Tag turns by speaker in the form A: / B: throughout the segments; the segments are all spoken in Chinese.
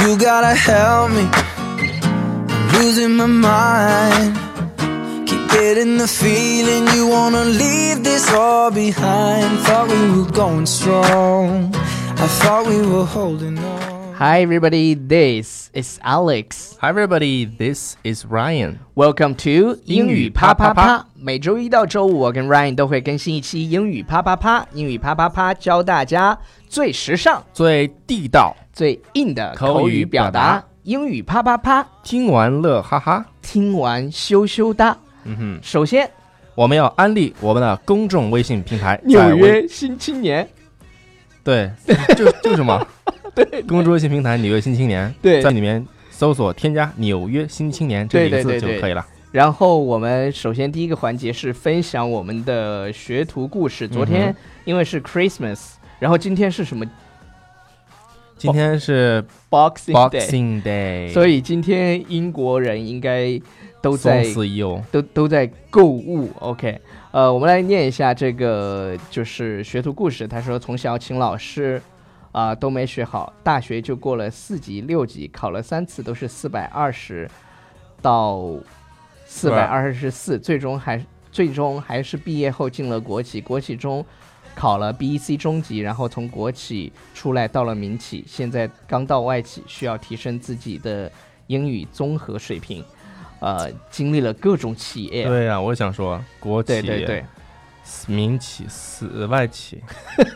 A: You gotta help me. I'm losing my mind. Keep getting the feeling you wanna leave this all behind. Thought we were going strong. I thought we were holding on.
B: Hi, everybody. This is Alex.
C: Hi everybody, this is Ryan。
B: Welcome to 英
C: 英
B: 语
C: 语
B: 啪啪
C: 啪啪
B: 啪
C: 啪。
B: 每周一到周五，我跟 Ryan 都会更新一期英语啪啪啪。英语啪啪啪教大家最时尚、
C: 最地道，
B: 最硬的口
C: 口
B: 语
C: 语
B: 表
C: 表达
B: 达。英语啪啪啪，
C: 听完乐哈哈。
B: 听完羞羞哒。
C: 嗯哼，
B: 首先，
C: 我们要安利我们的公众微信平台，
B: 纽
C: 在微
B: 约新青年，
C: 对， 就就是 嘛，对，公众微信平台纽约新青年，
B: 对
C: 在里面搜索添加“纽约新青年”
B: 对
C: 这几个
B: 对
C: 字
B: 对
C: 就
B: 对
C: 可以了。
B: 然后我们首先第一个环节是分享我们的学徒故事。昨天因为是 Christmas，、然后今天是什么
C: 今天是
B: Boxing Day，
C: Boxing Day，
B: 所以今天英国人应该都
C: 松
B: 在
C: 死一哦，
B: 都都在购物。OK，呃，我们来念一下这个就是学徒故事。他说从小请老师。啊、都没学好，大学就过了四级、六级，考了三次都是四百二十到四百二十四，最终还最终还是毕业后进了国企，国企中考了 BEC 中级，然后从国企出来到了民企，现在刚到外企，需要提升自己的英语综合水平。呃，经历了各种企业，
C: 对呀、我想说国企、
B: 对对对，
C: 民企、死外企，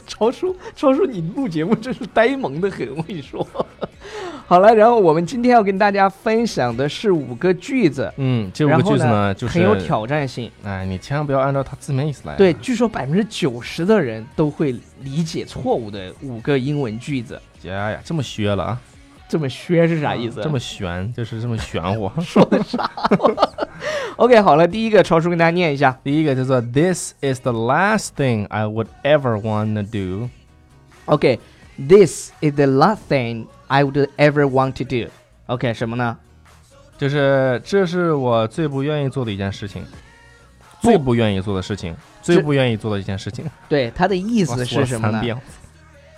B: 超叔，超叔，你录节目真是呆萌的很，我跟你说。 好了，然后我们今天要跟大家分享的是五个句子，
C: 嗯，这五
B: 然
C: 个
B: 后
C: 句子
B: 呢
C: 就是
B: 很有挑战性。
C: 哎，你千万不要按照它字面意思来。啊
B: 对，，据说百分之九十的人都会理解错误的五个英文句子。
C: 哎呀，这么削了啊！
B: 这么削是啥意思？
C: 这么玄，就是这么玄乎。
B: OK，好了，第一个超叔跟大家念一下。
C: 第一个叫做 This is the last thing I would ever wanna do。
B: OK，this、is the last thing I would ever want to do。OK，什么呢？
C: 就是这是我最不愿意做的一件事情，
B: 做
C: 最不愿意做的事情，最不愿意做的一件事情。
B: 对，它的意
C: 我
B: 思
C: 说
B: 是
C: 了
B: 什么
C: 三
B: 呢？
C: 遍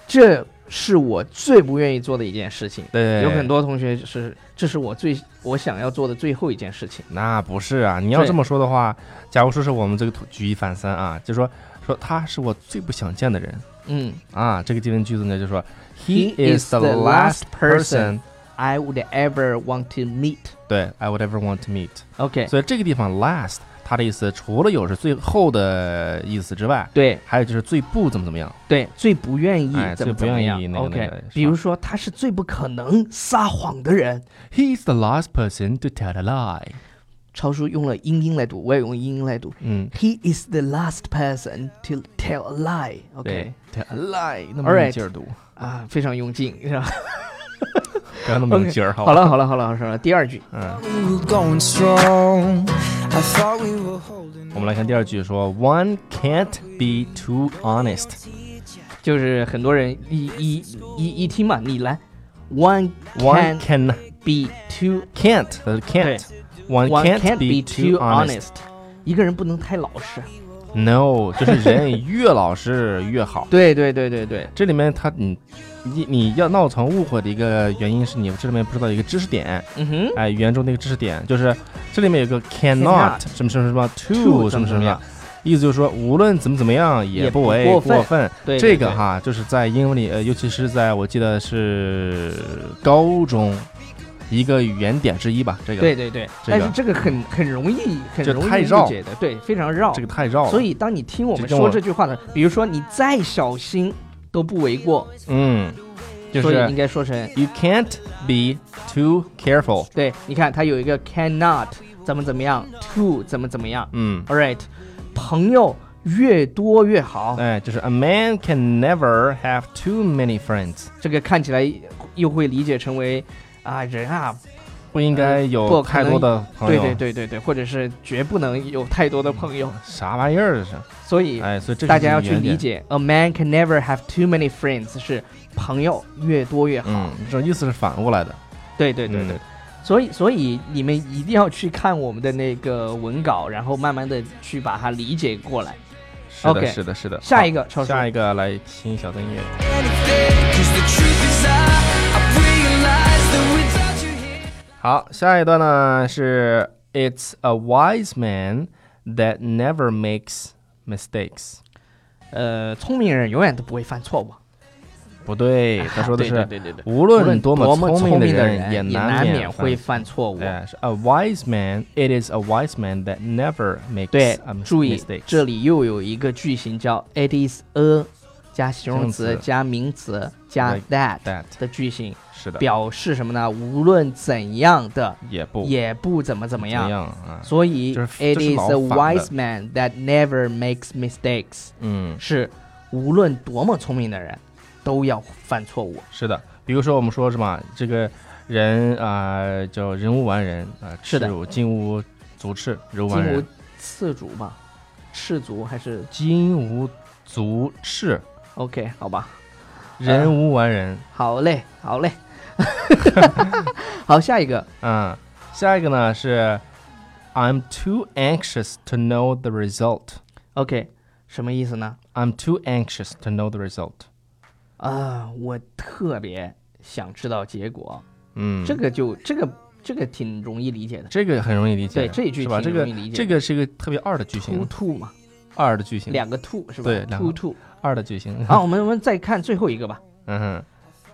B: 这是我最不愿意做的一件事情。
C: 对，
B: 有很。多同学是，这是我最我想要做的最后一件事情。
C: 那不是啊，你要
B: 对
C: 这么说的话，假如说是我们这个举一反三啊，就说说他是我最不想见的人
B: 嗯
C: 啊，这个这边句子呢就说
B: He is
C: is the
B: the last
C: last
B: person
C: person
B: ，I would ever want to meet。
C: 对 I would ever want to meet。
B: OK，
C: 所以这个地方 last 它的意思除了有是最后的意思之外，
B: 对
C: 还有就是最不怎么怎么样。
B: 对，最不愿意
C: 哎
B: 怎么
C: 最不
B: 怎么
C: 愿意
B: 样
C: 那个那
B: OK，
C: 个是吧
B: 比如说他是最不可能撒谎的人。
C: He's the last person to tell a lie。
B: 超叔用了英音来读，我也用英音来读。
C: 嗯
B: He is the last person to tell a lie. OK，
C: 对，tell a lie，
B: All
C: 那么
B: right
C: 用劲儿读，
B: 啊，非常用劲，是吧？
C: 不要那么用劲儿，好
B: 好
C: 吧？
B: 了，好了，好了，好了好了。第二句，
C: 嗯，
A: We were going strong. I thought we were holding
C: 我们来看第二句，说 One can't be too honest。
B: 就是很多人一一一一听嘛，你来，one can
C: One can
B: be too
C: can't 呃 can't
B: 对
C: one
B: one
C: can't
B: can't
C: be
B: be too
C: too honest。
B: honest，一个人不能太老实。
C: No，就是人越老实越好。
B: 对对对对对
C: 这里面他你你你要闹成误会的一个原因是你这里面不知道一个知识点，
B: 嗯哼，
C: 哎，原著那个知识点就是这里面有个
B: Cannot
C: cannot 什么什么什么
B: to
C: to 什么
B: 怎么怎
C: 什么
B: 么样
C: 样，意思就是说无论怎么怎么样
B: 也
C: 也
B: 不
C: 不为
B: 过分
C: 过分。
B: 对
C: 这个，哈就是在英文里，呃，尤其是在我记得是高中一个语言点之一吧。这个
B: 对对对对，
C: 这个
B: 但是这个很很容易很
C: 这
B: 容易
C: 太
B: 理
C: 绕
B: 解的，对，非常绕
C: 这。个太绕了。
B: 所以当你听我们
C: 这哦跟
B: 说
C: 我
B: 这句话的时候，比如说你再小心都不为过，
C: 嗯，就
B: 所以应
C: 是
B: 该说成
C: you can't be too careful。
B: 对，你看它有一个 cannot 怎么怎么样，to 怎么怎么样。
C: 嗯，
B: All right，朋友越多越好。
C: 哎，就是 a man can never have too many friends，
B: 这个看起来又会理解成为啊人啊，
C: 不应该
B: 不
C: 有
B: 可
C: 太
B: 能
C: 多的朋
B: 对
C: 友。
B: 对对对对，或者是绝不能有太多的朋友。
C: 啥玩意儿这是？
B: 所以
C: 哎，所以这
B: 大家要去
C: 是语言
B: 理
C: 点。
B: 解，a man can never have too many friends 是朋友越多越好。
C: 嗯，这意思是反过来的。
B: 对对对
C: 嗯
B: 对。所以，所以你们一定要去看我们的那个文稿，然后慢慢的去把它理解过来。
C: 是
B: OK
C: 的，是的，是的。
B: 下一
C: 个，
B: 个，超叔，
C: 下一个来听小段音乐。
A: anything. Cause the truth is I, I realize
C: 好，下一段呢是 It's a wise man that never makes mistakes。
B: 呃，聪明人永远都不会犯错误。
C: 不啊对，他说的
B: 对
C: 是
B: 对对对对，
C: 无
B: 无论
C: 论多
B: 么
C: 聪
B: 明
C: 的
B: 人，也
C: 难
B: 免会
C: 犯。
B: 犯错误。
C: 哎，是 a wise man. It is a wise man that never makes
B: 对
C: a，
B: 注意
C: mistake.
B: 这里又有一个句型叫 it is a 加形容
C: 形
B: 词
C: 容词
B: 加名词加
C: Like
B: that
C: that
B: 的句型，
C: 是的，
B: 表示什么呢？无论怎样的，
C: 也不
B: 也不怎么怎么
C: 怎
B: 样。
C: 啊？
B: 所以
C: 这是
B: ，it
C: 这是
B: is
C: 老
B: a
C: 反的
B: wise man that never makes mistakes，
C: 嗯，
B: 是无论多么聪明的人都要犯错误。
C: 是的。比如说我们说什么，这个人啊、叫人无完人啊、
B: 是的
C: 耻辱金无足赤，人无完
B: 金无
C: 人，
B: 赤足吧，赤足还是
C: 金无足赤，
B: OK？好吧，
C: 人无完人。
B: 好嘞，好嘞。 好，下一个，
C: 嗯，下一个呢是 I'm too anxious to know the result.
B: OK，什么意思呢？
C: I'm too anxious to know the result.
B: 啊，我特别想知道结果，
C: 嗯，
B: 这个就这个这个挺容易理解的，
C: 这个很容易理解，
B: 对这一句
C: 是吧？这
B: 挺
C: 个
B: 容易理解的
C: 这个是一个特别二的句
B: 突
C: 型，
B: 突嘛，
C: 二的句型，
B: 两个哦突是吧？
C: 对两
B: 突
C: 个
B: 突。
C: 二的句型。
B: 好，我们我们再看最后一个吧。
C: 嗯哼，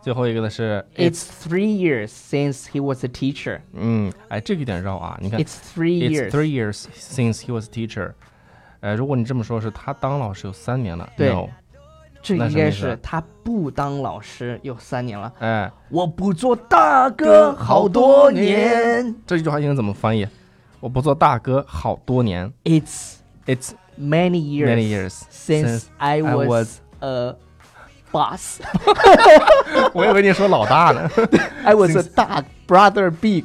C: 最后一个呢是
B: It's three years since he was a teacher.
C: 嗯，哎，这个有点绕啊，你看
B: It's three years.
C: it's three years since he was a teacher。呃，如果你这么说，是他当老师有三年了。
B: 对
C: no，
B: 这
C: 那
B: 应
C: 什么
B: 该
C: 意思
B: 是他不当老师有三年了。
C: 哎，
B: 我不做大哥好多年。
C: 这句话应该怎么翻译？我不做大哥好多年。
B: It's
C: It's
B: many years
C: many years
B: since I
C: I
B: was
C: was-
B: a boss.
C: 我以为你说老大呢，
B: I was a 大 brother big.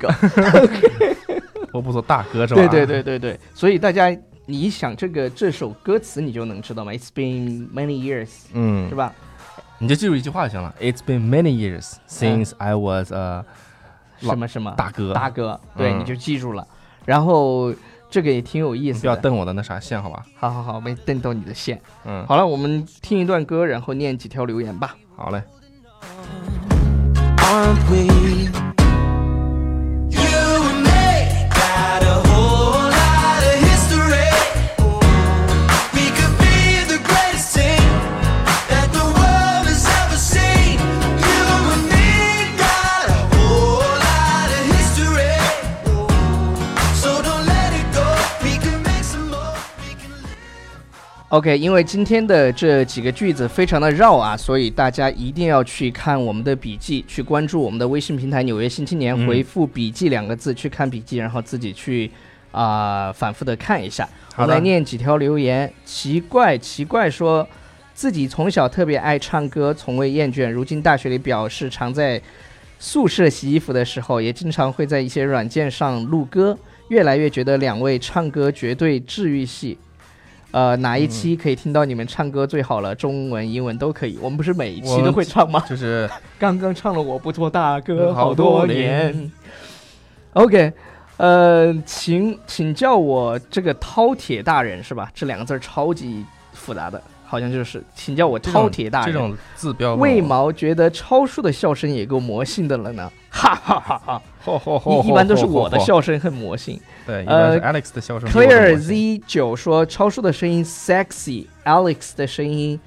C: 我不做大哥是吧？
B: 对对对对对，所以大家你想这个这首歌词你就能知道嘛。It's been many years，
C: 嗯
B: 是，吧？
C: 你就记住一句话就行了。It's been many years since I was a 老
B: 什么什么
C: 大哥
B: 大哥，对，
C: 嗯
B: 你就记住了。然后这个也挺有意
C: 你
B: 思
C: 不要
B: 的。
C: 瞪我的那啥线，好吧？
B: 好好好，没瞪到你的线。
C: 嗯，
B: 好了，我们听一段歌，然后念几条留言吧。
C: 好嘞。
A: aren't we? You and me got a whole lot of history. We could be the greatest team that the world has ever seen. You and me got a whole lot of history. So don't let it go. We can make some more. We can
B: OK，因为今天的这几个句子非常的绕啊，所以大家一定要去看我们的笔记，去关注我们的微信平台《纽约新青年》，回复“笔记”两个字去看笔记，然后自己去啊、反复的看一下。我
C: 好
B: 们
C: 的
B: 来念几条留言，奇怪奇怪说。自己从小特别爱唱歌，从未厌倦。如今大学里表示，常在宿舍洗衣服的时候，也经常会在一些软件上录歌。越来越觉得两位唱歌绝对治愈系。呃，哪一期可以听到你们唱歌最好了？中文、英文都可以。我们不是每一期都会唱吗？
C: 就是
B: 刚刚唱了《我不做大哥
C: 嗯好
B: 好多
C: 多
B: 年》
C: 年
B: OK，呃，请请叫我这个饕餮大人是吧？这两个字儿超级复杂的，好像就是请叫我
C: 这种
B: 饕餮大
C: 这
B: 人。
C: 种字标
B: 为？毛觉得超叔的笑声也够魔性的了呢？哈哈哈 哈！
C: 吼吼吼！
B: 一一般都是我的
C: 吼吼
B: 笑声很魔性。
C: 吼对，一般
B: 呃
C: 是 Alex 的笑声比我的魔
B: Clear
C: 性。
B: Z 九说超叔的声音 sexy，Alex 的声音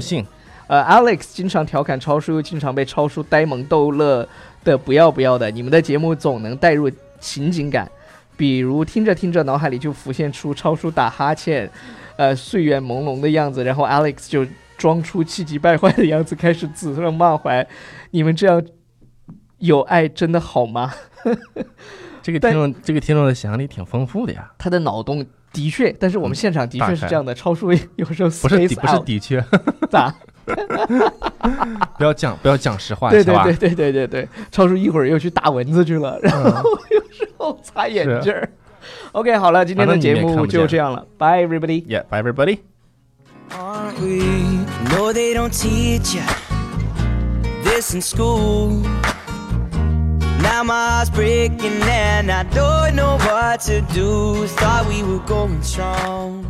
B: sunny。
C: 性，
B: 呃，Alex 经常调侃超叔，又经常被超叔呆萌逗乐的不要不要的。你们的节目总能带入情景感，比如听着听着，脑海里就浮现出超叔打哈欠，呃，睡眼朦胧的样子，然后 Alex 就装出气急败坏的样子，开始指桑骂槐。你们这样有爱真的好吗？
C: 这个
B: 但
C: 听众这个听众的想象力挺丰富的呀，
B: 他的脑洞的确，但是我们现场的确是这样的，超叔有时候
C: 嗯不是
B: space
C: 的不是
B: out
C: 的确，
B: 大。
C: 不要讲不要讲实话，
B: 对
C: 是
B: 对
C: 吧？
B: 对对对对对，超叔一会儿又去打蚊子去了，然后有时候擦眼镜儿。OK，好了，今天的
C: 反正你
B: 节
C: 们也看
B: 目
C: 不
B: 就
C: 见
B: 这样了，Bye everybody。
C: Yeah, bye everybody.
A: aren't we? No, they don't teach you this in school. Now my heart's breaking and I don't know what to do. Thought we were going strong.